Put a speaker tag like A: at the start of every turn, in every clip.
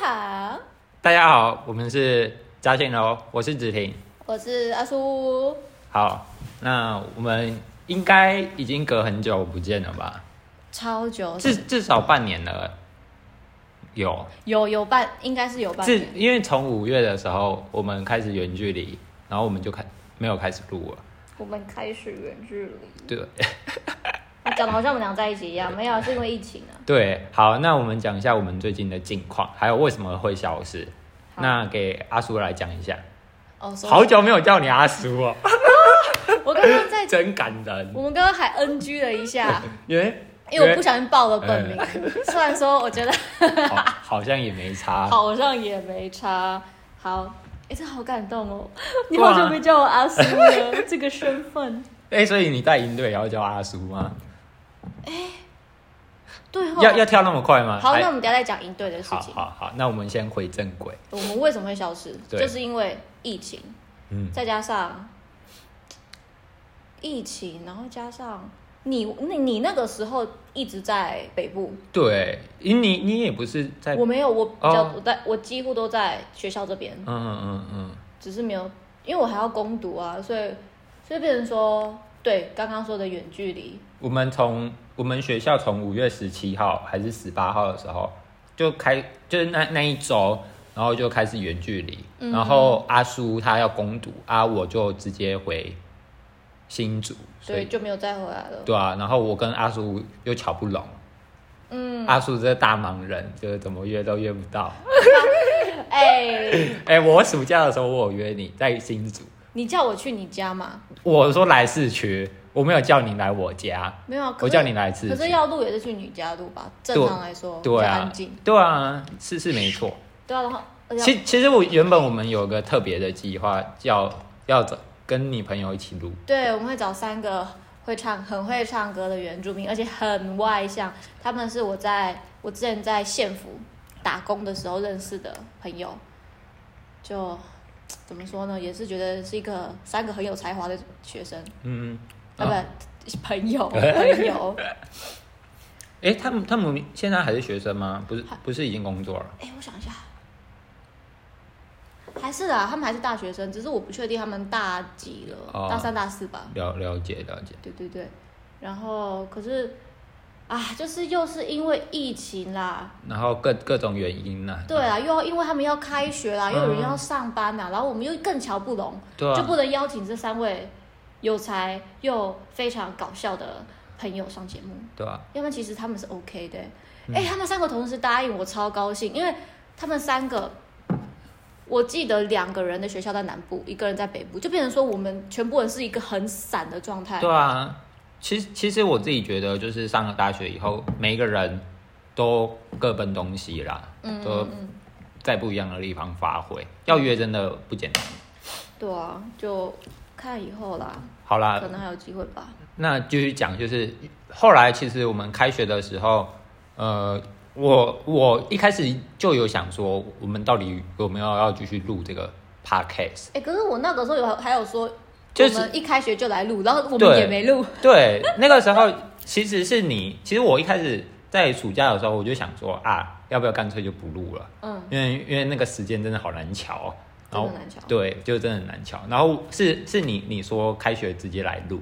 A: 好，
B: 大家好，我们是扎线楼，我是子婷。
A: 我是阿苏。
B: 好，那我们应该已经隔很久不见了吧？
A: 超久，
B: 至至少半年了，有。
A: 有有半，应该是有半
B: 是
A: 年。
B: 因为从五月的时候，我们开始远距离，然后我们就开没有开始录了。
A: 我们开始远距离，
B: 对
A: 啊讲的好像我们俩在一起一 样，没有，是因为疫情啊。
B: 对，好，那我们讲一下我们最近的近况，还有为什么会消失。
A: 好
B: 那给阿叔来讲一下，
A: 哦，sorry
B: 好，久没有叫你阿叔哦，
A: 我刚刚在，
B: 真感人
A: 我。们刚刚还 NG 了一 下，
B: 因为
A: 因为我不小心报了本名。 虽然说我觉得
B: 好哦好像也没 差。
A: 好像也没差。好，哎，这好感动哦！你
B: 对啊
A: 好久没叫我阿苏了，这个身份。
B: 哎、所以你带营队也要叫阿叔吗？
A: 对哦，
B: 要要跳那么快吗？
A: 好，
B: 还
A: 那我们等一下再讲营队的事
B: 好
A: 情。
B: 好好，那我们先回正轨。
A: 我们为什么会消失？
B: 对
A: 就是因为疫情，
B: 嗯，
A: 再加上疫情，然后加上你那你那个时候一直在北部，
B: 对，你你你也不是在，
A: 我
B: 嗯
A: 没有，我比较、
B: 哦
A: 我在我几乎都在学校这边，
B: 嗯嗯嗯，
A: 只是没有，因为我还要攻读啊，所以所以变成说，对刚刚说的远距离，
B: 我们从我们学校从五月十七号还是十八号的时候就开，就是那那一周，然后就开始远距离，
A: 嗯
B: 然后阿叔他要攻读，啊，我就直接回新竹，所
A: 所以
B: 以
A: 就没有再回来了。
B: 对啊，然后我跟阿叔又瞧不拢，
A: 嗯，
B: 阿叔这大忙人，就是怎么约都约不到。
A: 哎、
B: 哎、我暑假的时候我有约你在新竹，
A: 你叫我去你家嘛？
B: 我说来市区，我没有叫你来我家，
A: 没有啊，可
B: 我
A: 是
B: 叫你来市
A: 可是
B: 区。
A: 要录也是去你家录吧？正常来说，比
B: 对
A: 较
B: 啊
A: 安静。，
B: 对啊，是是没错。
A: 对啊，然后而且
B: 其其实我原本我们有个特别的计划，叫要找跟你朋友一起录，
A: 对，我们会找三个会唱、很会唱歌的原住民，而且很外向。他们是我在我之前在县府打工的时候认识的朋友，就怎么说呢，也是觉得是一个三个很有才华的学生，
B: 嗯，
A: 啊
B: 啊，
A: 不，朋友朋友。
B: 哎、他们他们现在还是学生吗？不是，不是已经工作了。
A: 哎，我想一下。还是啊，他们还是大学生，只是我不确定他们大几了，
B: 哦
A: 大三、大四吧。
B: 了了解了解，
A: 对对对，然后可是，啊，就是又是因为疫情啦，
B: 然后各各种原因呢、
A: 对啊，又要因为他们要开学啦，又有人
B: 嗯
A: 要上班啦，然后我们又更瞧不拢，
B: 对啊
A: 就不能邀请这三位有才又非常搞笑的朋友上节目，
B: 对啊，
A: 要不然其实他们是 OK 的欸、
B: 嗯
A: 哎、他们三个同时答应我，超高兴，因为他们三个。我记得两个人的学校在南部，一个人在北部，就变成说我们全部人是一个很散的状态。
B: 对啊，其实其实我自己觉得，就是上了大学以后，每一个人都各奔东西啦，
A: 嗯
B: 都
A: 嗯嗯，
B: 在不一样的地方发挥。要约真的不简单。
A: 嗯对啊，就看以后啦，
B: 好啦
A: 可，能还有机会吧。
B: 那继续讲，就是后来其实我们开学的时候，呃，我我一开始就有想说，我们到底有没有要继续录这个 podcast？
A: 哎、可是我那个时候有还有说，
B: 就是
A: 我们一开学就来录，然后我们
B: 对
A: 也没录。
B: 对，那个时候其实是你，其实我一开始在暑假的时候，我就想说啊，要不要干脆就不录了。
A: 嗯，
B: 因为因为那个时间真的好难瞧哦，然后
A: 真的难瞧
B: 对，就真的很难瞧。然后是是你你说开学直接来录，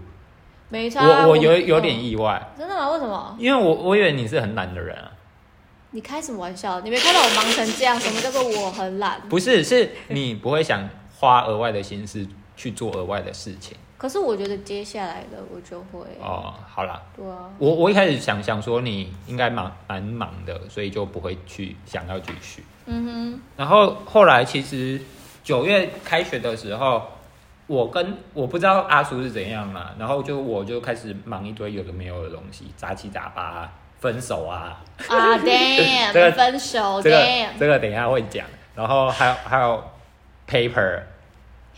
A: 没差。
B: 我我有有点
A: 嗯
B: 意外，
A: 真的吗？为什么？
B: 因为我我以为你是很懒的人啊，
A: 你开什么玩笑？你没看到我忙成这样？什么叫做我很懒？
B: 不是，是你不会想花额外的心思去做额外的事情
A: 可是我觉得接下来的我就会，
B: 哦。好啦，
A: 对啊，
B: 我我一开始想想说你应该蛮蛮忙的，所以就不会去想要继续。
A: 嗯
B: 然后后来其实九月开学的时候，我跟我不知道阿叔是怎样啦，然后就我就开始忙一堆有的没有的东西，杂七杂八、分手啊，
A: 哼， 啊 damn，
B: 这个
A: 分手
B: 这个
A: damn，
B: 这个等一下会讲。然后还有还有 paper，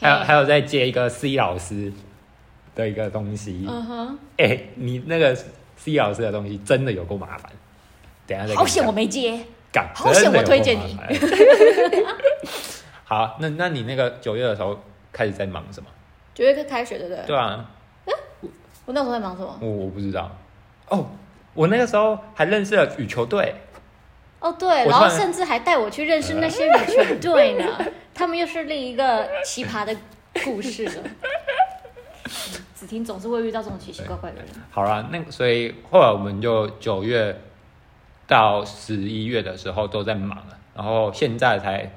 B: 还有
A: 嘿
B: 还有再接一个 C 老师的一个东西。哎、
A: 嗯哼，
B: 你那个 C 老师的东西真的有够麻烦，等一下再跟你
A: 好险
B: 讲
A: 我没接。
B: 干，
A: 好险
B: 真的有
A: 我推荐
B: 够麻烦。 好，那那你那个九月的时候开始在忙什么？
A: 九月开学对不对？
B: 对啊，
A: 我那时候在忙什么？
B: 我我不知道。哦，我那个时候还认识了羽球队，
A: 哦，对，
B: 我呃
A: 然后
B: 突然
A: 甚至还带我去认识那些女权队呢，他们又是另一个奇葩的故事了。子婷总是会遇到这种奇奇怪怪的人，
B: 好啦，那个所以后来我们就九月到十一月的时候都在忙了，然后现在才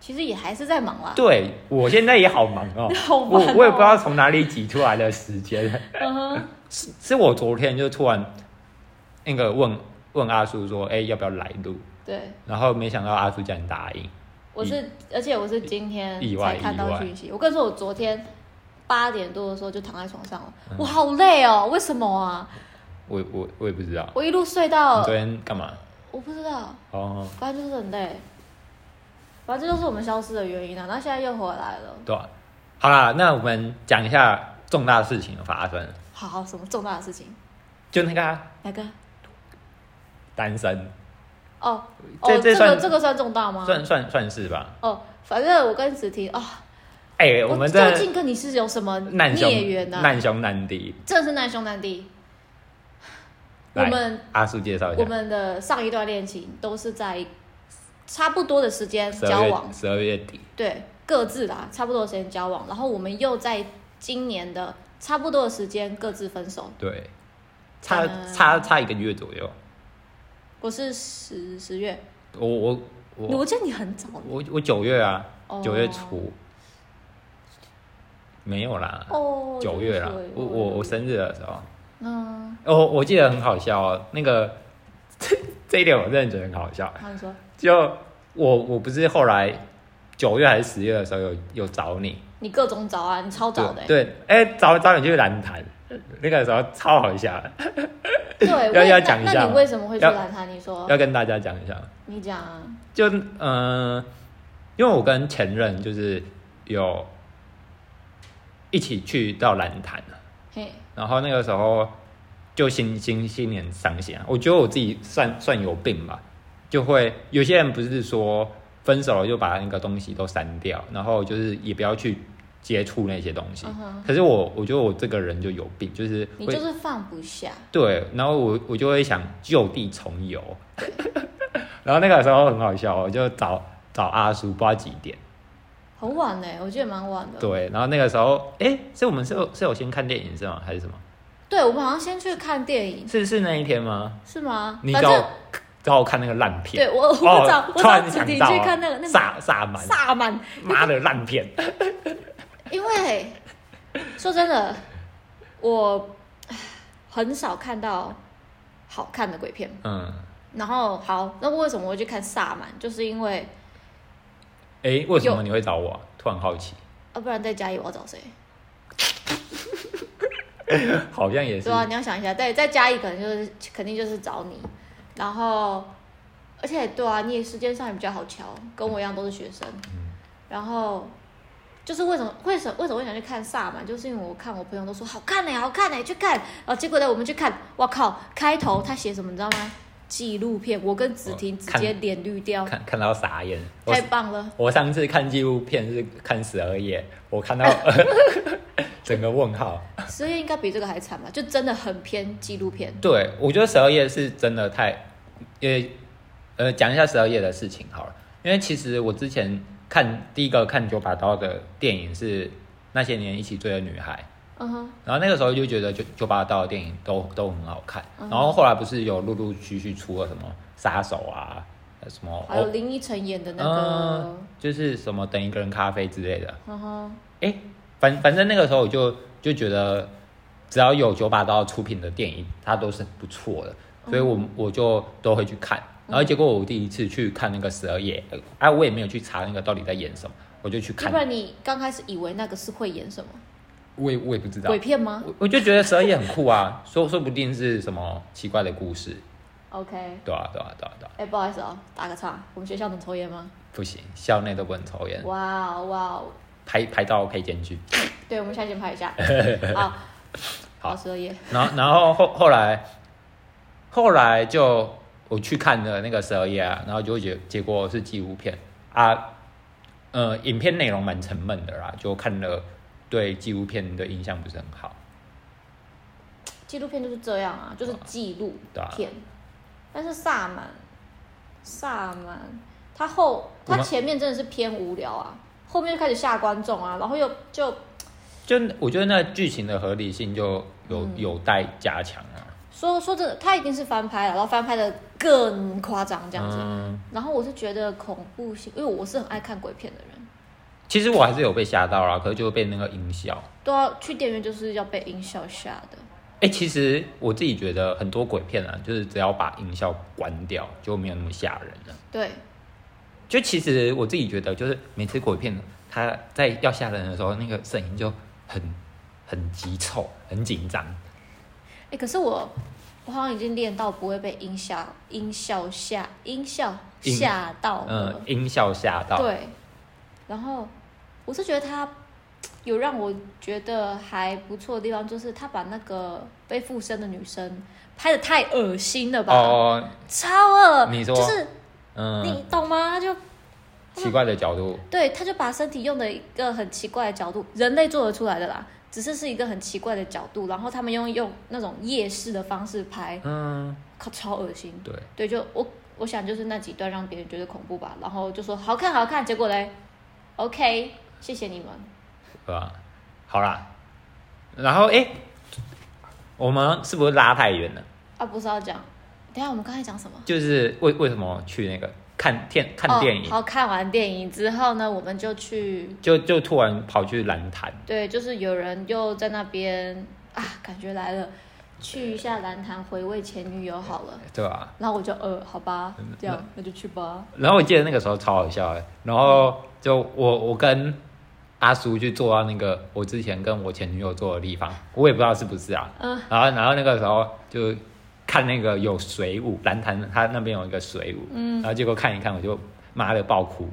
A: 其实也还是在忙啦。
B: 对我现在也好忙哦、
A: 好忙
B: 我
A: 哦
B: 我也不知道从哪里挤出来的时间，
A: 嗯哼，
B: 是是我昨天就突然那个问问阿叔说，哎、要不要来录？
A: 对，
B: 然后没想到阿叔竟然答应，
A: 我是，而且我是今天
B: 意外
A: 才看
B: 意
A: 到
B: 外
A: 讯息。我跟你说，我昨天八点多的时候就躺在床上了，
B: 嗯
A: 我好累哦，为什么啊？
B: 我我我也不知道，
A: 我一路睡到
B: 你昨，天干嘛？
A: 我不知道，
B: 哦，
A: 反正就是很累，反正这就是我们消失的原因啊。那现在又回来了，
B: 对、啊，好啦，那我们讲一下重大事情的发生，
A: 好好，什么重大的事情？
B: 就那个啊
A: 哪个？
B: 单身，
A: 哦
B: 这
A: 哦，
B: 这
A: 这
B: 算
A: 个这个算重大吗？
B: 算算算是吧。
A: 哦，反正我跟子婷啊，
B: 哎、我们
A: 究
B: 这
A: 竟跟你是有什么
B: 难兄
A: 孽缘啊呢？
B: 难兄难弟。
A: 真的是难兄难弟。我
B: 来
A: 们
B: 阿叔介绍一
A: 我
B: 下，
A: 们的上一段恋情都是在差不多的时间
B: 十
A: 交
B: 二月
A: 往，
B: 十二月底，
A: 对，各自啦，差不多的时间交往，然后我们又在今年的差不多的时间各自分手。
B: 对，差
A: 嗯
B: 差差一个月左右。
A: 我是十十月，
B: 我我我
A: 我记得你很早
B: 我我九月啊
A: 哦，
B: 九月初没有啦，
A: 哦，
B: 九月啦
A: 九月，
B: 我我我生日的时候，
A: 嗯，
B: 我我记得很好笑哦，那个这一点我真的觉得很好笑。
A: 然后你说
B: 就我我不是后来九月还是十月的时候有有找你，
A: 你各种早啊，你超早的欸、
B: 对，哎、早早点去蓝潭，那个时候超好笑，
A: 哦 对，
B: 要
A: 我也
B: 要讲一
A: 那
B: 下
A: 那
B: 吗
A: 你为什么会去
B: 要
A: 拦他？你说，
B: 要跟大家讲一下。
A: 你讲啊，
B: 就嗯、呃因为我跟前任就是有一起去到蓝潭，
A: 嘿，
B: 然后那个时候就新新新年上线，啊我觉得我自己算算有病吧，就会有些人不是说分手了就把那个东西都删掉，然后就是也不要去接触那些东西。
A: 嗯哼，
B: 可是我我觉得我这个人就有病，就是
A: 你
B: 会
A: 就是放不下，
B: 对，然后我我就会想就地重游，然后那个时候很好笑，我就找找阿叔，不知道几点，
A: 很晚呢、我记得蛮晚的。
B: 对，然后那个时候，哎、是我们是有是有先看电影是吗？还是什么？
A: 对，我们好像先去看电影，
B: 是是那一天吗？
A: 是吗？
B: 你
A: 反
B: 找
A: 正
B: 我找我看那个烂片，
A: 对我，我
B: 哦
A: 找、我
B: 突然
A: 找子
B: 想
A: 婷
B: 到啊
A: 去看那个那个
B: 萨萨满，
A: 萨满，
B: 妈的烂片，
A: 因为说真的，我唉很少看到好看的鬼片。
B: 嗯，
A: 然后好，那为什么我会去看萨满？就是因为
B: 哎、为什么你会找我啊、突然好奇，
A: 啊，不然在家里我要找谁？
B: 好像也是
A: 对啊，你要想一下，对，在家里可能就是肯定就是找你，然后而且对啊，你也时间上也比较好瞧，跟我一样都是学生，
B: 嗯
A: 然后就是为什么为什么为什么会想去看萨满，就是因为我看我朋友都说好看呢、好看呢、去看，然后结果呢我们去看，我靠，开头他写什么你知道吗？纪录片，我跟子婷直接脸绿掉，
B: 哦看哦看到傻眼，我
A: 太棒了。
B: 我上次看纪录片是看十二页，我看到整个问号。
A: 十月应该比这个还惨吧？就真的很偏纪录片。
B: 对，我觉得十二页是真的太，呃呃，讲一下十二页的事情好了，因为其实我之前看第一个看九把刀的电影是《那些年一起追的女孩》，
A: 嗯哼，
B: 然后那个时候就觉得九九把刀的电影都都很好看，
A: 嗯
B: 然后后来不是有陆陆续续出了什么杀手啊，呃什么
A: 还有林依晨演的那个
B: 嗯，就是什么等一个人咖啡之类的，
A: 嗯哼，
B: 哎、反反正那个时候我就就觉得，只要有九把刀出品的电影，它都是很不错的，所以我、
A: 嗯
B: 我就都会去看。然后结果我第一次去看那个十二夜，呃哎、我也没有去查那个到底在演什么，我就去
A: 要
B: 看
A: 不，然你刚开始以为那个是会演什么
B: 我也我也不知道
A: 鬼，片吗
B: 我我就觉得十二夜很酷啊， 说说不定是什么奇怪的故事，
A: ？OK，哎、
B: 对啊对啊对啊对啊，
A: 不好意思哦，打个岔，我们学校能抽烟吗？
B: 不行，校内都不能抽烟，
A: 哇哦哇哦，
B: 拍拍照可以检举。
A: 对，我们下先拍一 下。好，
B: 好
A: 十二页，
B: 然后然后后后来后来就我去看了那个十二夜啊，然后就结结果是纪录片啊，呃，影片内容蛮沉闷的啦，就看了对纪录片的印象不是很好，
A: 纪录片就是这样啊，就是纪录
B: 对啊
A: 片。但是萨满，萨满，他后
B: 我
A: 他
B: 们
A: 前面真的是偏无聊啊，后面就开始吓观众啊，然后又就
B: 就我觉得那剧情的合理性就有、有待加强啊。
A: 说说真的，他一定是翻拍了，然后翻拍的更夸张这样子。
B: 嗯，
A: 然后我是觉得恐怖性，因为我是很爱看鬼片的人，
B: 其实我还是有被吓到啦，可是就被那个音效。
A: 都要去电影院就是要被音效吓的。
B: 哎、其实我自己觉得很多鬼片啊，就是只要把音效关掉，就没有那么吓人了。
A: 对，
B: 就其实我自己觉得，就是每次鬼片它在要吓人的时候，那个声音就很很急凑，很紧张。
A: 哎、可是我我好像已经练到不会被音效音效吓音效
B: 音
A: 吓到了。
B: 嗯，音效吓到。
A: 哦对，然后我是觉得他有让我觉得还不错的地方，就是他把那个被附身的女生拍的太恶心了吧，
B: 哦，
A: 超恶，
B: 你说
A: 就是
B: 嗯，
A: 你懂吗？他就
B: 奇怪的角度，
A: 对，他就把身体用的一个很奇怪的角度，人类做得出来的啦，只是是一个很奇怪的角度，然后他们用用那种夜视的方式拍，
B: 嗯，
A: 靠，超恶心。
B: 对，
A: 对，就我我想就是那几段让别人觉得恐怖吧，然后就说好看好看，结果嘞，OK，谢谢你们。
B: 对吧？好啦，然后哎、诶我们是不是拉太远了？
A: 啊，不是要讲，等一下我们刚才讲什么？
B: 就是为为什么去那个看电看电
A: 哦。
B: 影，
A: 好看完电影之后呢，我们就去，
B: 就就突然跑去蓝潭，
A: 对，就是有人又在那边啊，感觉来了，去一下蓝潭回味前女友好了。
B: 对吧、
A: 然后我就呃，好吧，这样那就去吧。
B: 然后我记得那个时候超好笑的，然后就我我跟阿叔去坐到那个我之前跟我前女友坐的地方，我也不知道是不是啊。
A: 嗯
B: 然后然后那个时候就看那个有水舞，蓝潭它那边有一个水舞，
A: 嗯
B: 然后结果看一看我就妈的爆哭，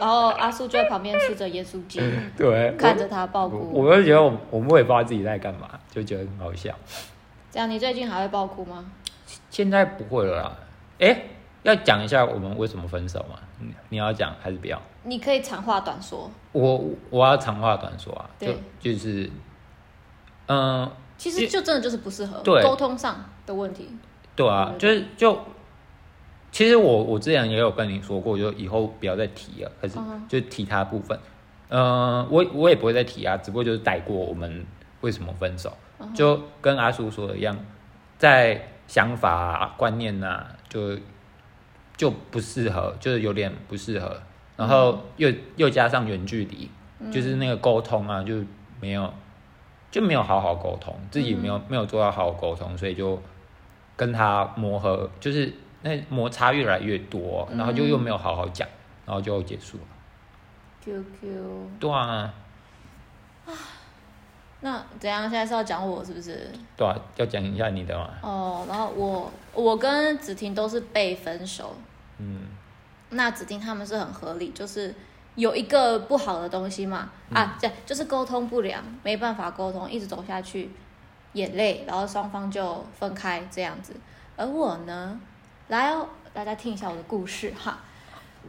A: 然后阿苏就在旁边吃着盐酥 鸡，
B: 对，
A: 看着他
B: 我
A: 爆哭。
B: 我就觉得我我们也不知道自己在干嘛，就觉得很好笑。
A: 这样，你最近还会爆哭吗？
B: 现在不会了啦，哎，要讲一下我们为什么分手吗？你你要讲还是不要？
A: 你可以长话短说。
B: 我我要长话短说啊，就
A: 对
B: 就是，嗯、
A: 其实就真的就是不适合，
B: 对
A: 沟通上的问题。
B: 对啊，就是就，其实我我之前也有跟你说过，就以后不要再提了，可是
A: 嗯哼
B: 就提他部分，嗯、我我也不会再提啊，只不过就是带过我们为什么分手，就跟阿叔说的一样，在想法、啊、观念呐、啊，就就不适合，就是有点不适合，然后又、又加上远距离，就是那个沟通啊，就没有就没有好好沟通，自己没有、没有做到好好沟通，所以就跟他磨合，就是那摩擦越来越多，然后就又没有好好讲，然后就结束了。
A: QQ，
B: 对啊，
A: 那怎样？现在是要讲我是不是？
B: 对啊，要讲一下你的嘛，
A: 哦，然后我我跟子婷都是被分手，
B: 嗯，
A: 那指定他们是很合理，就是有一个不好的东西嘛，啊，对，就是沟通不良，没办法沟通，一直走下去也累，然后双方就分开这样子。而我呢，来哦，大家听一下我的故事哈，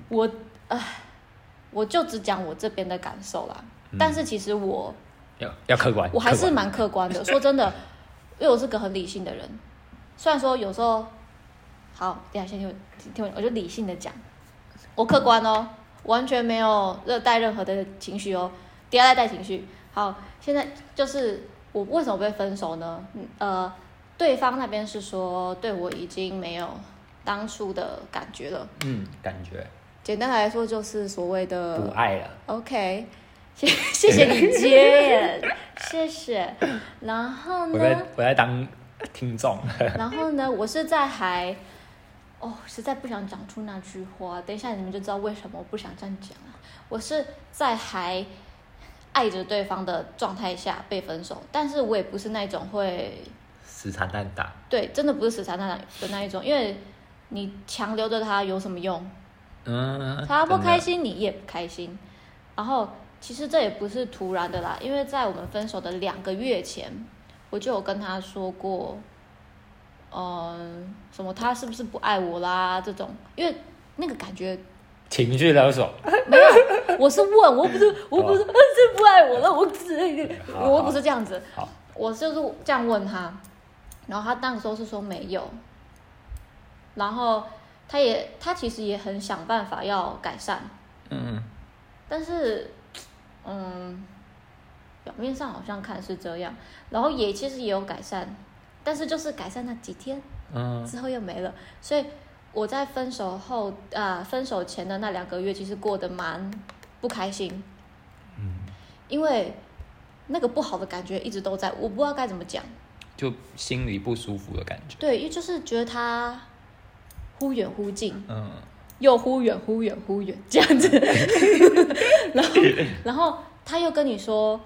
A: 我啊、我就只讲我这边的感受啦，
B: 嗯
A: 但是其实我
B: 要要客观，
A: 我还
B: 客
A: 是
B: 观
A: 蛮客观 的。说真的，因为我是个很理性的人，虽然说有时候，好，等一下先听我听听我，我就理性的讲，我客观哦，完全没有热带任何的情绪哦，等一下再带情绪。好，现在就是我为什么被分手呢？嗯呃，对方那边是说对我已经没有当初的感觉了。
B: 嗯，感觉
A: 简单来说，就是所谓的
B: 不爱了，
A: OK，谢谢谢你接 耶，谢谢。然后
B: 我在
A: 呢，
B: 我在当听众，
A: 然后呢，我是在还，哦，实在不想讲出那句话，等一下你们就知道为什么我不想这样讲了。我是在还爱着对方的状态下被分手，但是我也不是那种会
B: 死缠烂打，
A: 对，真的不是死缠烂打的那一种，因为你强留着他有什么用？
B: 嗯，
A: 他不
B: 真的
A: 开，心，你也不开心。然后其实这也不是突然的啦，因为在我们分手的两个月前，我就有跟他说过，嗯，什么他是不是不爱我啦这种，因为那个感觉
B: 情绪勒索，
A: 没有，我是问，我不是，我不是，呃 是不爱我了，我只
B: 哦好好
A: 我不是这样子，
B: 好，
A: 我就是这样问他，然后他那个时候是说没有，然后他也他其实也很想办法要改善，
B: 嗯，
A: 但是，嗯，表面上好像看是这样，然后也其实也有改善，但是就是改善那几天
B: 嗯，
A: 之后又没了，所以我在分手后啊、分手前的那两个月，其实过得蛮不开心，
B: 嗯，
A: 因为那个不好的感觉一直都在，我不知道该怎么讲，
B: 就心里不舒服的感觉，
A: 对，因为就是觉得他忽远忽近，
B: 嗯，
A: 又忽远忽远忽远这样 子，然后然后他又跟你说，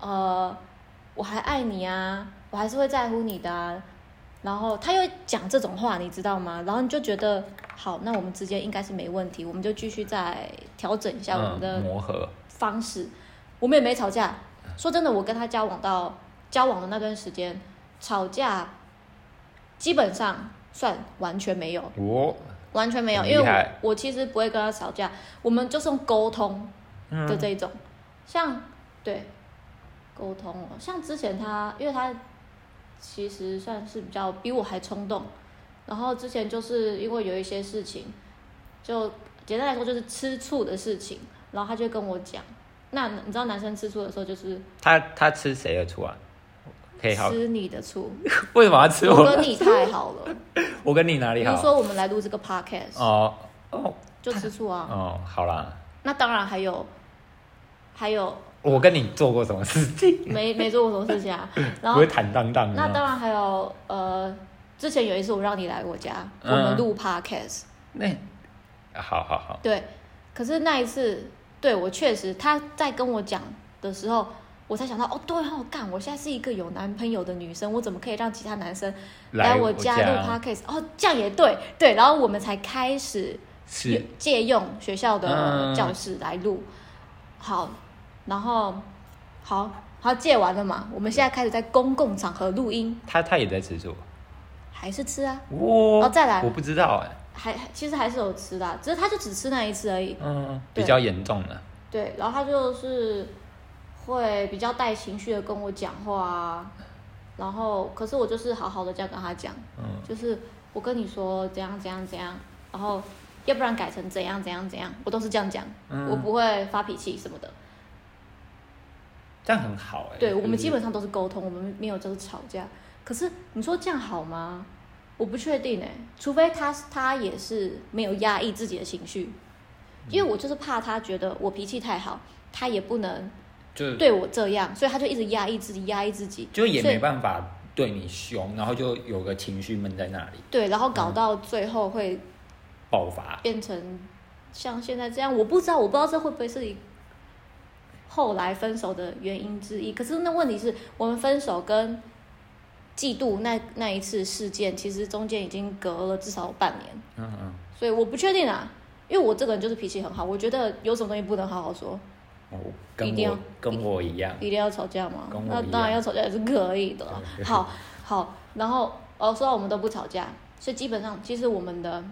A: 呃，我还爱你啊，我还是会在乎你的啊，然后他又讲这种话，你知道吗？然后你就觉得好，那我们之间应该是没问题，我们就继续再调整一下我们
B: 嗯
A: 的
B: 磨合，
A: 方式，我们也没吵架。说真的，我跟他交往到交往的那段时间，吵架基本上算完全没有。
B: 我，
A: 完全没有，
B: 很
A: 因为
B: 厉害
A: 我我其实不会跟他吵架，我们就是用沟通的
B: 嗯，
A: 这一种，像对沟通哦，像之前他，因为他其实算是比较比我还冲动，然后之前就是因为有一些事情，就简单来说就是吃醋的事情，然后他就跟我讲，那你知道男生吃醋的时候就是
B: 他他吃谁的醋啊？可以好，
A: 吃你的醋，
B: 为什么要吃
A: 我
B: 我
A: 跟
B: 的？
A: 你太好了，
B: 我跟你哪
A: 比
B: 里
A: 如
B: 好？
A: 说我们来录这个 podcast
B: 哦哦
A: 就吃醋啊，
B: 哦，好啦，
A: 那当然还有还有
B: 我跟你做过什么事情？
A: 没没做过什么事情 啊。然
B: 不
A: 后
B: 会坦荡啊荡的
A: 那
B: 吗。
A: 当然还有呃，之前有一次我让你来我家，我
B: 嗯
A: 们录 podcast，、
B: 那好好好，
A: 对。可是那一次，对我确实他在跟我讲的时候，我才想到哦，对哦，干，我现在是一个有男朋友的女生，我怎么可以让其他男生来
B: 我
A: 家录 podcast？哦，这样也对，对。然后我们才开始
B: 是
A: 借用学校的
B: 嗯
A: 教室来录。好，然后好好借完了嘛，我们现在开始在公共场合录音，
B: 他他也在吃醋，
A: 还是吃啊，
B: 我
A: 哦再来
B: 我不知道哎，
A: 还还其实还是有吃的啊、只是他就只吃那一次而已。
B: 嗯，
A: 对
B: 比较严重的，
A: 对，然后他就是会比较带情绪的跟我讲话啊，然后可是我就是好好的这样跟他讲，
B: 嗯
A: 就是我跟你说怎样怎样怎样，然后要不然改成怎样怎样怎样，我都是这样讲，我
B: 嗯，
A: 不会发脾气什么的。
B: 这样很好哎。
A: 对我
B: 就
A: 们
B: 是
A: 基本上都是沟通，我们没有就是吵架。可是你说这样好吗？我不确定哎、除非他他也是没有压抑自己的情绪，
B: 嗯
A: 因为我就是怕他觉得我脾气太好，他也不能
B: 就
A: 对我这样，所以他就一直压抑自己，压抑自己，
B: 就也
A: 所以
B: 没办法对你凶，然后就有个情绪闷在那里
A: 对，然后
B: 嗯
A: 搞到最后会
B: 爆发。
A: 变成像现在这样，我不知道，我不知道这会不会是一后来分手的原因之一。可是那问题是我们分手跟嫉妒那那一次事件，其实中间已经隔了至少半年，
B: 嗯嗯，
A: 所以我不确定啊。因为我这个人就是脾气很好，我觉得有什么东西不能好好说，
B: 我
A: 一
B: 哦跟
A: 定要
B: 我跟我一样，
A: 一定要吵架吗
B: 跟我？
A: 那
B: 一样
A: 当然要吵架也是可以的啦。
B: 对
A: 好，好，然后哦，说到我们都不吵架，所以基本上其实我们的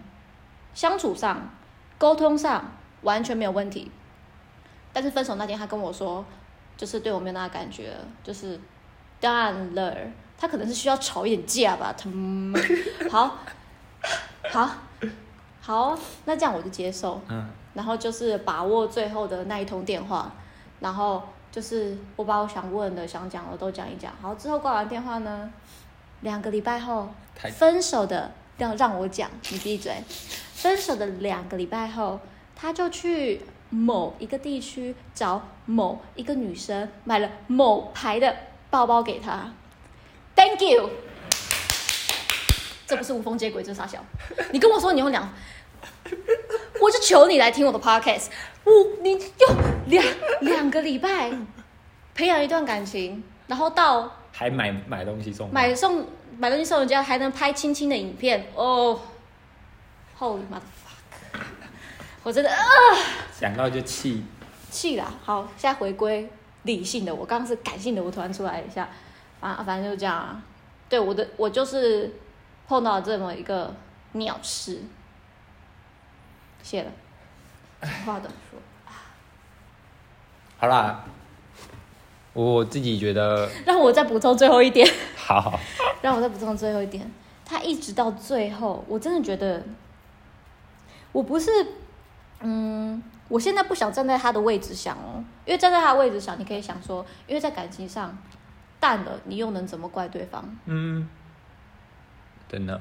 A: 相处上、沟通上完全没有问题。但是分手那天，他跟我说，就是对我没有那感觉，就是淡了。他可能是需要吵一点架吧，他妈 好，好，好，那这样我就接受。
B: 嗯，
A: 然后就是把握最后的那一通电话，然后就是我把我想问的、想讲的都讲一讲。好，之后挂完电话呢，两个礼拜后
B: 太
A: 分手的，让让我讲，你闭嘴。分手的两个礼拜后，他就去某一个地区找某一个女生，买了某牌的包包给她。Thank you。这不是无缝接轨，这是傻笑。你跟我说你用两我就求你来听我的 podcast，我你用两两个礼拜培养一段感情，然后到
B: 还买买东西送，
A: 买送买东西送人家，还能拍亲亲的影片哦。Holy mother fuck！我 真的啊
B: 想到就气，
A: 气啦。好，现在回归理性的，我刚刚是感性的，我突然出来一下，啊，反正就这样啊。对，我的我就是碰到这么一个鸟事，谢了，话短说。
B: 好啦，我自己觉得
A: 让我再补充最后一点，
B: 好，
A: 让我再补充最后一点。他一直到最后，我真的觉得，我不是，嗯，我现在不想站在他的位置想哦，因为站在他的位置想，你可以想说，因为在感情上淡了，你又能怎么怪对方？
B: 嗯，真的。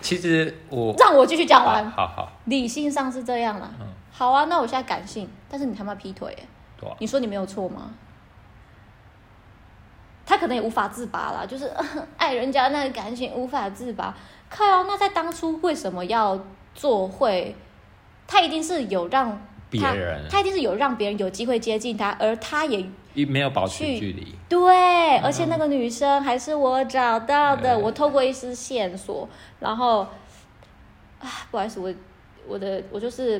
B: 其实我
A: 让我继续讲完。
B: 好好，
A: 理性上是这样啦。
B: 嗯
A: 好啊，那我现在感性，但是你他妈劈腿、欸，
B: 对啊
A: 你说你没有错吗？他可能也无法自拔啦，就是 爱人家那个感情无法自拔。靠、那在当初为什么要做会？他一定是有让
B: 别
A: 他
B: 人啊
A: 他一定是有让别人有机会接近他，而他也
B: 一没有保持
A: 去
B: 距离，
A: 对，而且那个女生还是我找到的，
B: 对
A: 我透过一丝线索，然后，啊，不好意思，我我的我就是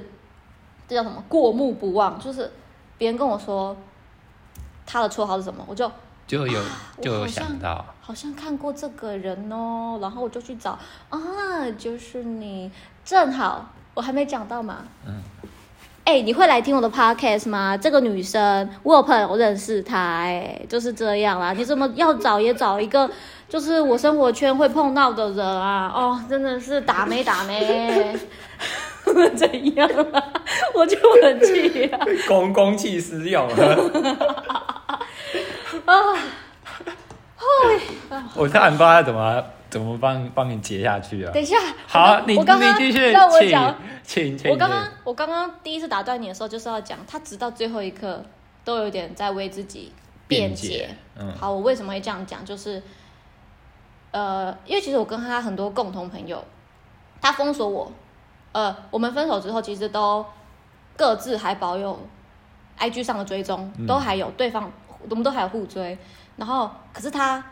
A: 这叫什么过目不忘，就是别人跟我说他的绰号是什么，我就
B: 就有
A: 啊我
B: 就有
A: 好像
B: 想到，
A: 好像看过这个人哦，然后我就去找啊，就是你，正好我还没讲到嘛，
B: 嗯，
A: 哎、你会来听我的 podcast 吗？这个女生，我有朋友认识她、哎，就是这样啦。你怎么要找也找一个，就是我生活圈会碰到的人啊？哦，真的是打没打 没，怎样啊？我就很气啊！
B: 公公器私用了。
A: 啊
B: 我差点不知道他怎么怎么帮帮你接下去啊。
A: 等一下，
B: 好，你
A: 我刚
B: 你
A: 刚
B: 继续，
A: 让我
B: 请
A: 讲，
B: 请请。
A: 我刚刚我刚刚第一次打断你的时候，就是要讲，他直到最后一刻都有点在为自己
B: 辩
A: 辩
B: 解
A: 解。
B: 嗯
A: 好，我为什么会这样讲？就是，呃，因为其实我跟他很多共同朋友，他封锁我，呃，我们分手之后，其实都各自还保有 IG 上的追踪，
B: 嗯
A: 都还有对方，我们都还有互追。然后，可是他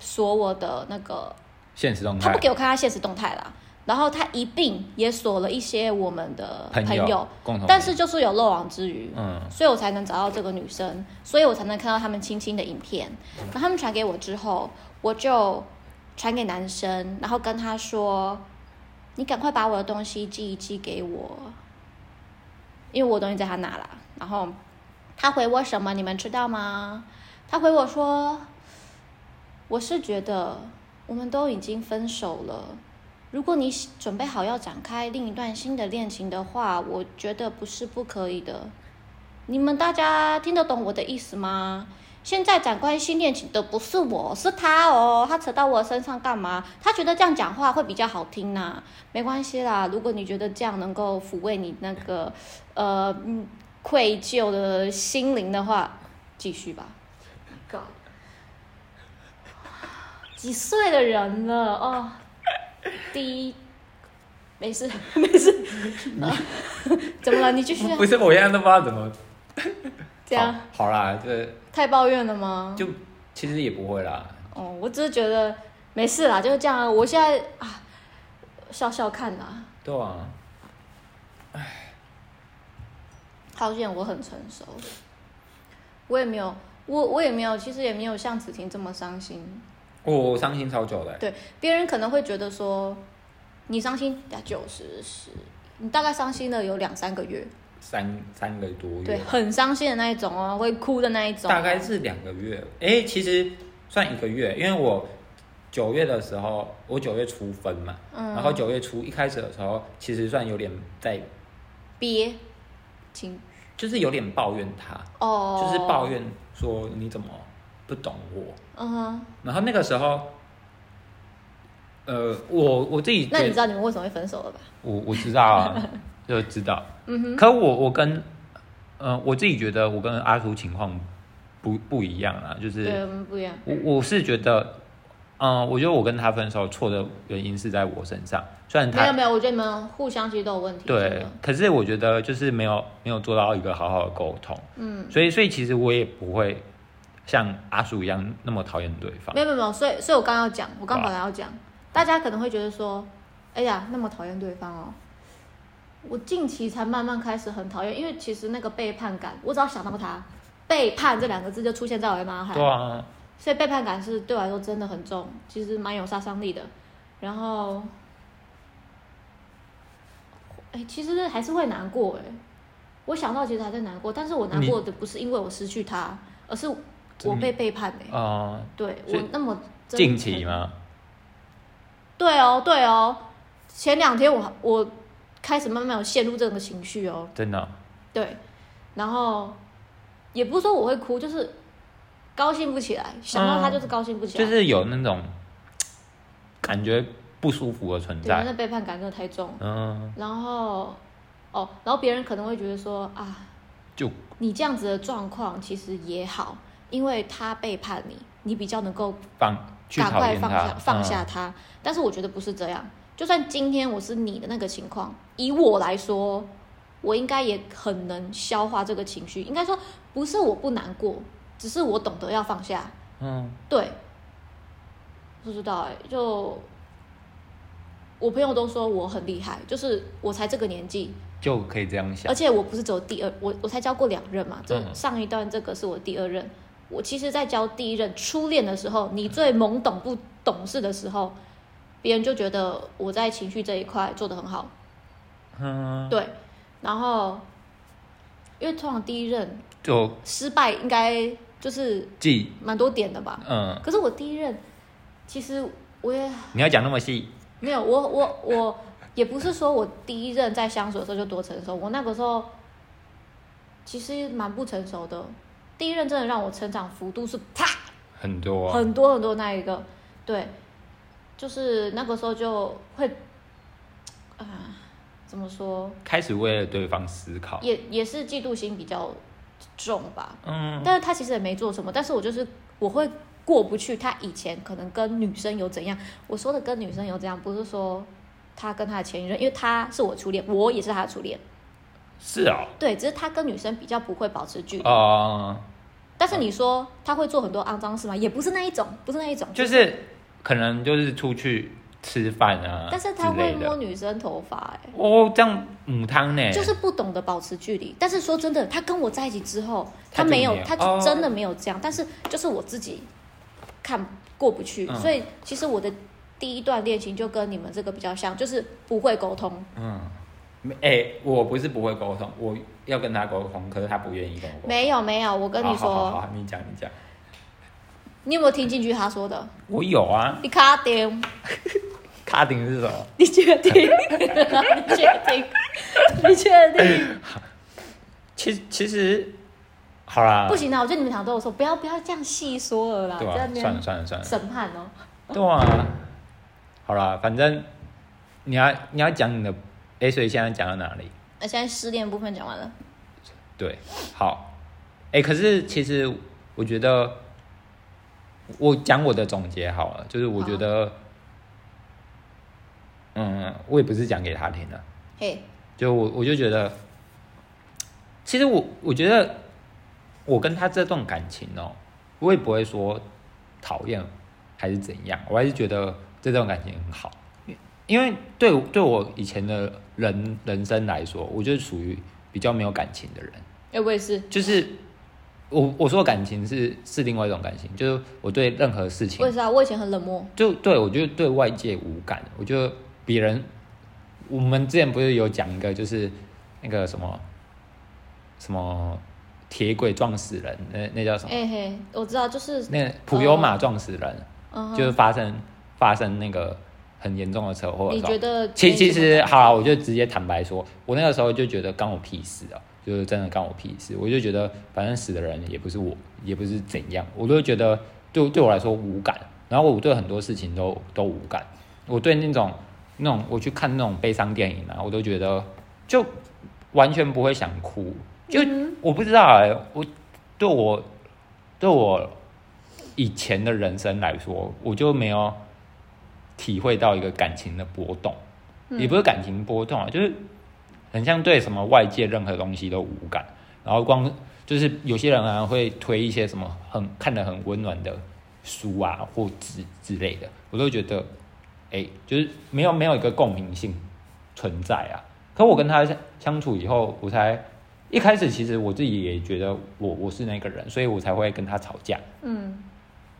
A: 锁我的那个
B: 现实动态，
A: 他不给我看他现实动态啦，然后他一并也锁了一些我们的
B: 朋
A: 朋
B: 友共同，
A: 但是就是有漏网之鱼，
B: 嗯
A: 所以我才能找到这个女生，所以我才能看到他们亲亲的影片。然后他们传给我之后，我就传给男生，然后跟他说：“你赶快把我的东西寄一寄给我，因为我的东西在他那啦。”然后他回我什么？你们知道吗？他回我说：“我是觉得我们都已经分手了。如果你喜准备好要展开另一段新的恋情的话，我觉得不是不可以的。你们大家听得懂我的意思吗？现在展开新恋情的不是我，是他哦。他扯到我身上干嘛？他觉得这样讲话会比较好听呐、没关系啦。如果你觉得这样能够抚慰你那个呃嗯愧疚的心灵的话，继续吧。God，几岁的人了哦？第一，没事没 事、啊怎么了？你继续啊
B: 不是，我现在都不知道怎么。
A: 这样
B: 好好啦，这
A: 太抱怨了吗？
B: 就其实也不会啦。
A: 哦，我只是觉得没事啦，就是这样啊。我现在啊，笑笑看啦。
B: 对啊，
A: 好险我很成熟，我也没有，我我也没有，其实也没有像子婷这么伤心。
B: 哦我伤心超久的欸、
A: 对，别人可能会觉得说，你伤心呀九十十，你大概伤心了有两三个月，
B: 三三个多
A: 对，
B: 月，
A: 很伤心的那一种哦，会哭的那一种哦。
B: 大概是两个月。哎、其实算一个月，因为我九月的时候，我九月初分嘛，
A: 嗯
B: 然后九月初一开始的时候，其实算有点在，
A: 憋，情
B: 就是有点抱怨他，
A: 哦，
B: 就是抱，怨说你怎么不懂我。
A: 嗯哼。
B: 然后那个时候，呃，我我自己
A: 那你
B: 觉
A: 知
B: 得，
A: 道你们为什么会分手了吧？
B: 我我知道 啊，就知道。
A: 嗯哼，
B: 可我我跟，呃，我自己觉得我跟阿叔情况不不一样啊，就
A: 对，
B: 是
A: 我们不一样。
B: 我我是觉得，嗯、我觉得我跟他分手错的原因是在我身上，虽然
A: 没有
B: 他
A: 没有，我觉得你们互相其实都有问题。真
B: 对
A: 的，
B: 可是我觉得就是没有没有做到一个好好的沟通，
A: 嗯，
B: 所以所以其实我也不会像阿叔一样那么讨厌对方
A: 没，有没有没有，所以所以我刚刚要讲，我刚
B: 好啊
A: 本来要讲，大家可能会觉得说，哎呀，那么讨厌对方哦。我近期才慢慢开始很讨厌，因为其实那个背叛感，我只要想到他“背叛”这两个字就出现在我的脑海，
B: 对啊，
A: 所以背叛感是对我来说真的很重，其实蛮有杀伤力的。然后，哎，其实还是会难过哎，我想到其实还在难过，但是我难
B: 你
A: 过的不是因我失去他，而是我被背叛哎、
B: 嗯、
A: 对
B: 所以
A: 我那么真
B: 近期？吗？
A: 对哦，对哦，前两天我我开始慢慢有陷入这种情绪哦，
B: 真的哦、
A: 对，然后也不是说我会哭，就是高兴不起来，想
B: 啊
A: 到他就是高兴不起来，
B: 就是有那种感觉不舒服的存
A: 对，那
B: 在。
A: 背叛感真的太重。
B: 嗯，
A: 然后哦，然后别人可能会觉得说啊，
B: 就
A: 你这样子的状况其实也好，因为他背叛你，你比较能够
B: 放去
A: 赶
B: 讨
A: 快
B: 厌
A: 放
B: 他嗯
A: 下，放下他。但是我觉得不是这样，就算今天我是你的那个情况，以我来说，我应该也很能消化这个情绪。应该说不是我不难过，只是我懂得要放下。
B: 嗯。
A: 对，不知道哎、就我朋友都说我很厉害，就是我才这个年纪，
B: 嗯，就可以这样想
A: 而。且我不是只有第二，我我才交过两任嘛，这
B: 嗯
A: 上一段这个是我第二任。我其实，在交第一任初恋的时候，你最懵懂不懂事的时候，别人就觉得我在情绪这一块做得很好，
B: 嗯，
A: 对。然后，因为通常第一任
B: 就
A: 失败应该就是
B: 记，
A: 蛮多点的吧，
B: 嗯，
A: 可是我第一任，其实我也
B: 你要讲那么细，
A: 没有，我我我也不是说我第一任在相处的时候就多成熟，我那个时候其实蛮不成熟的。第一任真的让我成长幅度是啪
B: 很多、啊。
A: 很多很多那一个，对，就是那个时候就会啊、怎么说，
B: 开始为了对方思考。
A: 也也是嫉妒心比较重吧，
B: 嗯，
A: 但是他其实也没做什么，但是我就是我会过不去。他以前可能跟女生有怎样，我说的跟女生有怎样，不是说他跟他的前任，因为他是我初恋，我也是他的初恋，
B: 是哦，
A: 对，只是他跟女生比较不会保持距离。
B: 哦、
A: 但是你说他会做很多肮脏事吗？也不是那一种，不是那一种，
B: 就是可能就是出去吃饭啊，
A: 但是他
B: 之类
A: 会
B: 的
A: 摸女生头发、欸，
B: 哦，这样母汤呢？
A: 就是不懂得保持距离。但是说真的，他跟我在一起之后，
B: 他
A: 他
B: 就
A: 没有
B: 没有，
A: 他
B: 哦
A: 就真的没有这样。但是就是我自己看过不去，
B: 嗯
A: 所以其实我的第一段恋情就跟你们这个比较像，就是不会沟通。
B: 嗯，没哎、我不是不会沟通，我要跟他沟通，可是他不愿意跟我沟通。
A: 没有没有，我跟你
B: 好好好
A: 说，
B: 好你讲你讲，
A: 你有没有听进去他说的？
B: 我有啊，
A: 你卡点，
B: 卡丁是什么？
A: 你确定？你确 定？你确
B: 哎
A: 定？
B: 其实其实好啦，
A: 不行啊！我觉得你们俩都有说，不要不要这样细说了啦，
B: 对
A: 在
B: 啊
A: 那，
B: 算了
A: 边
B: 算了算了，
A: 审判哦。
B: 对啊，好啦，反正你要你要讲你的，哎、所以现在讲到哪里？
A: 那呃现在失恋部分讲完了，
B: 对，好，哎、可是其实我觉得，我讲我的总结好了，就是我觉得，嗯，我也不是讲给他听的，
A: 嘿，
B: 就我我就觉得，其实我我觉得我跟他这段感情哦、我也不会说讨厌还是怎样，我还是觉得这段感情很好，
A: 嗯
B: 因为对我对我以前的人人生来说，我就是属于比较没有感情的人。
A: 哎，我也是，
B: 就是我我说的感情是是另外一种感情，就是我对任何事情
A: 我也是啊，我以前很冷漠。
B: 就对我就对外界无感，我觉得别人我们之前不是有讲一个就是那个什么什么铁轨撞死人，那那叫什么？
A: 哎、嘿，我知道，就是
B: 那个普悠玛撞死人，
A: 嗯
B: 就
A: 哼，
B: 是发生发生那个很严重的车祸的
A: 你
B: 时候
A: 觉。得
B: 其
A: 没什
B: 其
A: 么
B: 实好啦我就直接坦白说，我那个时候就觉得干我屁事啊，就是真的干我屁事。我就觉得反正死的人也不是我，也不是怎样，我都觉得对对我来说无感。然后我对很多事情都都无感，我对那种那种我去看那种悲伤电影啊，我都觉得就完全不会想哭，就、我不知道哎、我对我对我以前的人生来说，我就没有体会到一个感情的波动，也不是感情波动啊，就是很像对什么外界任何东西都无感，然后光就是有些人啊会推一些什么很看得很温暖的书啊或之之类的，我都觉得哎、就是没有没有一个共鸣性存在啊。可我跟他相相处以后，我才一开始其实我自己也觉得我我是那个人，所以我才会跟他吵架。
A: 嗯，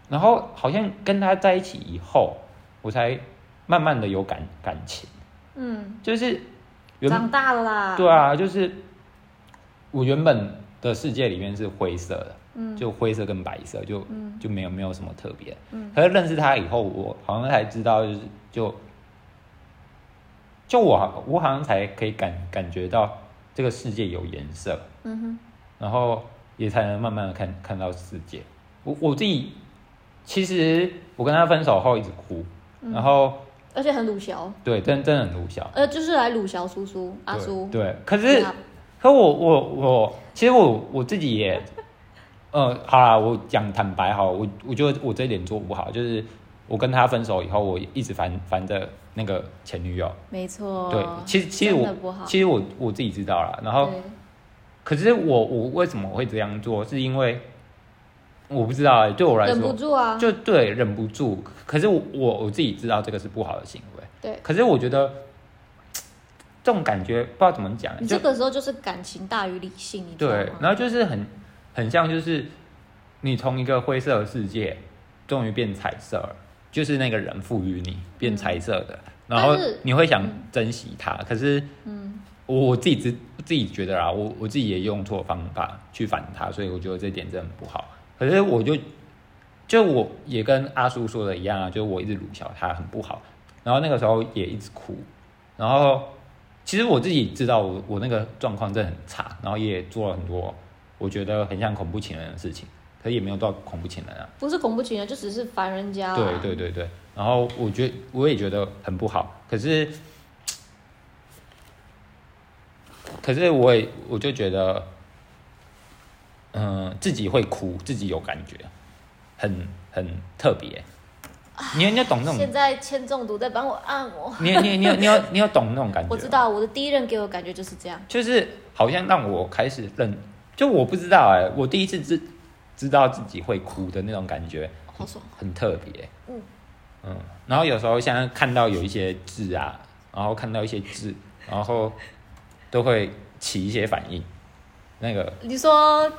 B: 然后好像跟他在一起以后，我才慢慢的有感感情，
A: 嗯，
B: 就是原
A: 长大了啦，
B: 对，啊，就是我原本的世界里面是灰色的，
A: 嗯
B: 就灰色跟白色，就、
A: 嗯
B: 就没有没有什么特别。
A: 嗯
B: 可是认识他以后，我好像才知道，就是就就我好我好像才可以感感觉到这个世界有颜色，
A: 嗯哼，
B: 然后也才能慢慢的看看到世界。我我自己其实我跟他分手后一直哭，
A: 嗯
B: 然后
A: 而且很鲁小，
B: 对，真真的很鲁小，
A: 呃，就是来鲁小叔叔阿
B: 对
A: 叔，
B: 对，可是可我我我，其实我我自己也， 呃，好啦，我讲坦白好，我我觉得我这一点做不好，就是我跟他分手以后，我一直烦烦着那个前女友。
A: 没错，
B: 对，其实其实
A: 哦真
B: 我
A: 的不好
B: 其实我我自己知道了，然后
A: 对，
B: 可是我我为什么会这样做，是因为我不知道、欸，对我来
A: 忍不
B: 说
A: 住啊，
B: 就对忍不住，可是我我我自己知道这个是不好的行为，
A: 对
B: 可是我觉得这种感觉不知道怎么讲、
A: 你
B: 就
A: 这个时候就是感情大于理性，你知道
B: 对，
A: 吗？
B: 然后就是很很像，就是你从一个灰色的世界，终于变彩色了，就是那个人赋予你变彩色的，然后
A: 嗯但是
B: 你会想珍惜它。可是
A: 嗯，
B: 我我自己自自己觉得啊，我我自己也用错方法去反它，所以我觉得这点真的不好。可是我就就我也跟阿叔说的一样啊，就是我一直辱笑他很不好，然后那个时候也一直哭，然后其实我自己知道我我那个状况真的很差，然后也做了很多我觉得很像恐怖情人的事情，可是也没有到恐怖情人啊。
A: 不是恐怖情人，就只是烦人家、啊，
B: 对对对对，然后我觉我也觉得很不好，可是，可是我也我就觉得，嗯、自己会哭，自己有感觉，很很特别。你有你有懂那
A: 啊现
B: 种，
A: 在铅中毒在帮我按摩，
B: 你有你有你有你有你有懂那种感
A: 我
B: 觉？
A: 知，道我的第一任给我感觉就是这样，
B: 就是好像让我开始认，就我不知道哎、我第一次知知道自己会哭的那种感觉，
A: 好爽。
B: 很特别。
A: 嗯
B: 嗯然后有时候现在看到有一些字啊，然后看到一些字，然后都会起一些反应。那个
A: 你说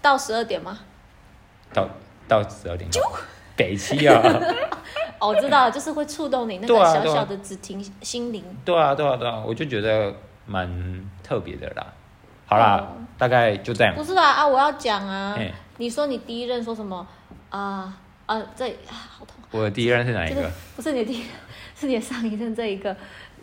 A: 到十二点吗？
B: 到到十二点钟，北七啊，
A: 哦，我知道了，就是会触动你那个
B: 对啊
A: 小
B: 对啊
A: 小的指停心灵。
B: 对啊对啊对啊，我就觉得蛮特别的啦。好啦，大概就这样。
A: 不是啦啊，我要讲啊
B: 哎，
A: 你说你第一任说什么啊啊？这啊好痛，
B: 我的第一任是哪一
A: 就是
B: 个？
A: 不是你的第一任，是你的上一任这一个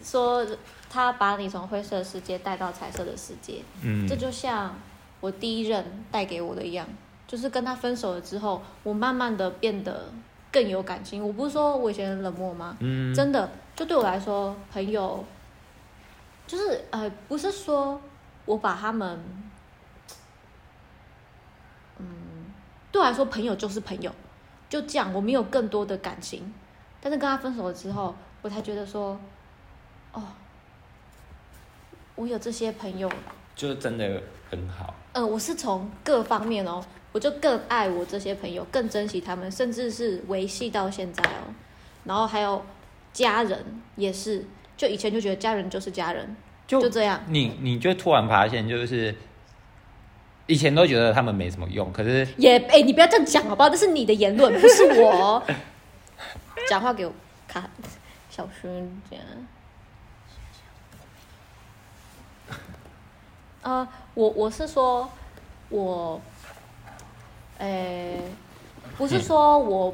A: 说他把你从灰色的世界带到彩色的世界，
B: 嗯
A: 这，就像我第一任带给我的一样，就是跟他分手了之后，我慢慢的变得更有感情。我不是说我以前很冷漠吗？
B: 嗯
A: 真的，就对我来说，朋友就是呃，不是说我把他们，嗯，对我来说，朋友就是朋友，就这样，我没有更多的感情。但是跟他分手了之后，我才觉得说，哦，我有这些朋友，
B: 就真的很好。
A: 呃，我是从各方面哦，我就更爱我这些朋友，更珍惜他们，甚至是维系到现在哦。然后还有家人也是，就以前就觉得家人就是家人，
B: 就
A: 这样。
B: 你你就突然发现，就是以前都觉得他们没什么用，可是
A: 也哎、你不要这样讲好不好？这是你的言论，不是我 哦。讲话给我看，小声点。啊、我我是说，我，哎、不是说我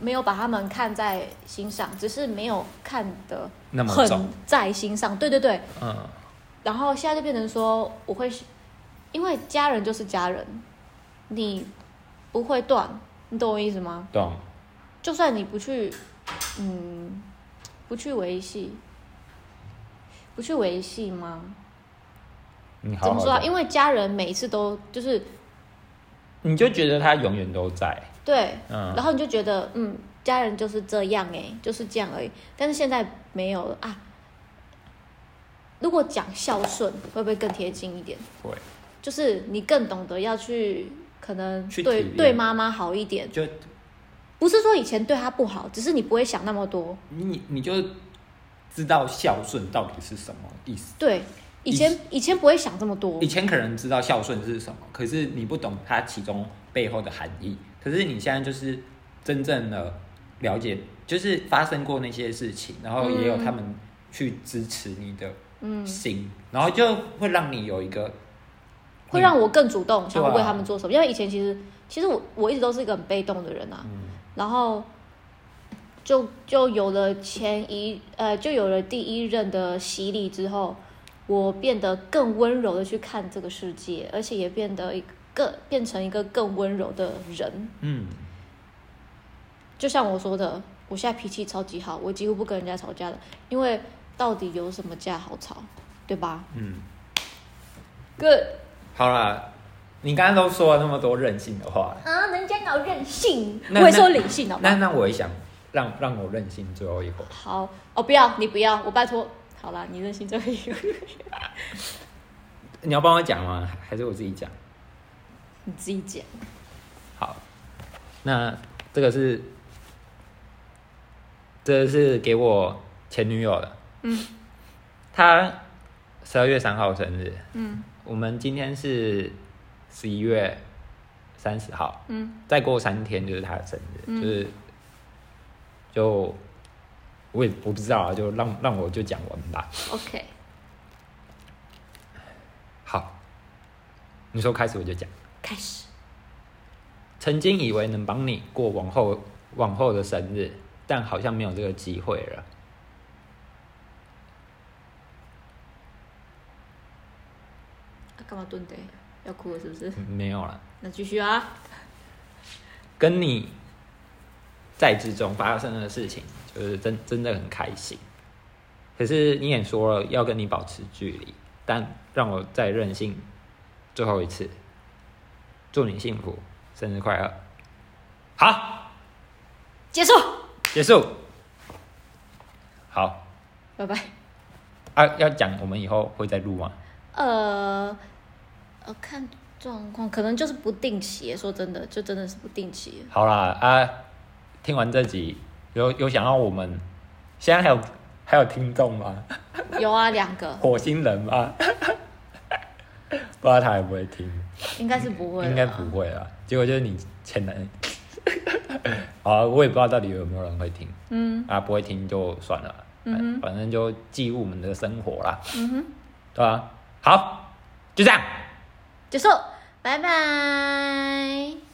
A: 没有把他们看在心上，只是没有看得
B: 那么重
A: 很在心上。对对对，
B: 嗯。
A: 然后现在就变成说，我会，因为家人就是家人，你不会断，你懂我意思吗？
B: 懂，
A: 就算你不去，嗯，不去维系，不去维系吗？
B: 你好
A: 怎么说啊？
B: 好
A: 因为家人每一次都就是
B: 你就觉得他永远都在，
A: 对，
B: 嗯
A: 然后你就觉得，嗯，家人就是这样哎、就是这样而已。但是现在没有了啊。如果讲孝顺，会不会更贴近一点？
B: 会
A: 就是你更懂得要去可能
B: 去
A: 对
B: 体谅
A: 对妈妈好一点，
B: 就
A: 不是说以前对她不好，只是你不会想那么多。
B: 你你就知道孝顺到底是什么意思。
A: 对，以前以前不会想这么多
B: 以，前可能知道孝顺是什么，可是你不懂它其中背后的含义。可是你现在就是真正的了解，就是发生过那些事情，然后也有他们去支持你的嗯心，然后就会让你有一个
A: 会让我更主动，想要
B: 对啊
A: 为他们做什么。
B: 嗯
A: 因为以前其实其实我我一直都是一个很被动的人啊，然后就就有了前一呃，就有了第一任的洗礼之后，我变得更温柔的去看这个世界，而且也变得一个更变成一个更温柔的人。
B: 嗯，
A: 就像我说的，我现在脾气超级好，我几乎不跟人家吵架了，因为到底有什么架好吵，对吧
B: 嗯，
A: ？Good
B: 好啦，你刚刚都说了那么多任性的话，
A: 啊，人家要任性， 我
B: 那
A: 也说理性好
B: 那
A: 吗？
B: 那我也想让让我任性最后一回。
A: 好哦，不要你不要，我拜托，好啦，你任性就可以。
B: 你要帮我讲吗？还是我自己讲？
A: 你自己讲。
B: 嗯好，那这个是，这个是给我前女友的。
A: 嗯，
B: 她十二月三号生日，
A: 嗯
B: 我们今天是十一月三十号，
A: 嗯
B: 再过三天就是她的生日，
A: 嗯
B: 就是就我也我不知道啊，就让让我就讲完吧。
A: ，OK，
B: 好，你说开始我就讲。
A: 开始。
B: 曾经以为能帮你过往后往后的生日，但好像没有这个机会了。
A: 啊干嘛蹲的？要哭了是不是？
B: 嗯没有了，
A: 那继续啊。
B: 跟你在之中发生的事情，就是真真的很开心。可是你也说了要跟你保持距离，但让我再任性最后一次，祝你幸福，生日快乐。好，
A: 结束，
B: 结束。好
A: 拜拜。
B: 啊，要讲我们以后会再录吗？
A: 呃，呃，看状况，可能就是不定期耶。说真的，就真的是不定期。
B: 好啦啊，听完这集有有想要我们现在还有还有听众吗？
A: 有啊，两个，
B: 火星人吗？ 不知道他会不会听，
A: 应该是不会啦，
B: 应该不会啊。结果就是你前男友， 好啊，我也不知道到底有没有人会听
A: 嗯
B: 啊，不会听就算了，哎
A: 嗯
B: 反正就记录我们的生活啦，
A: 嗯哼，
B: 对啊吧、好，就这样。
A: 结束，拜拜。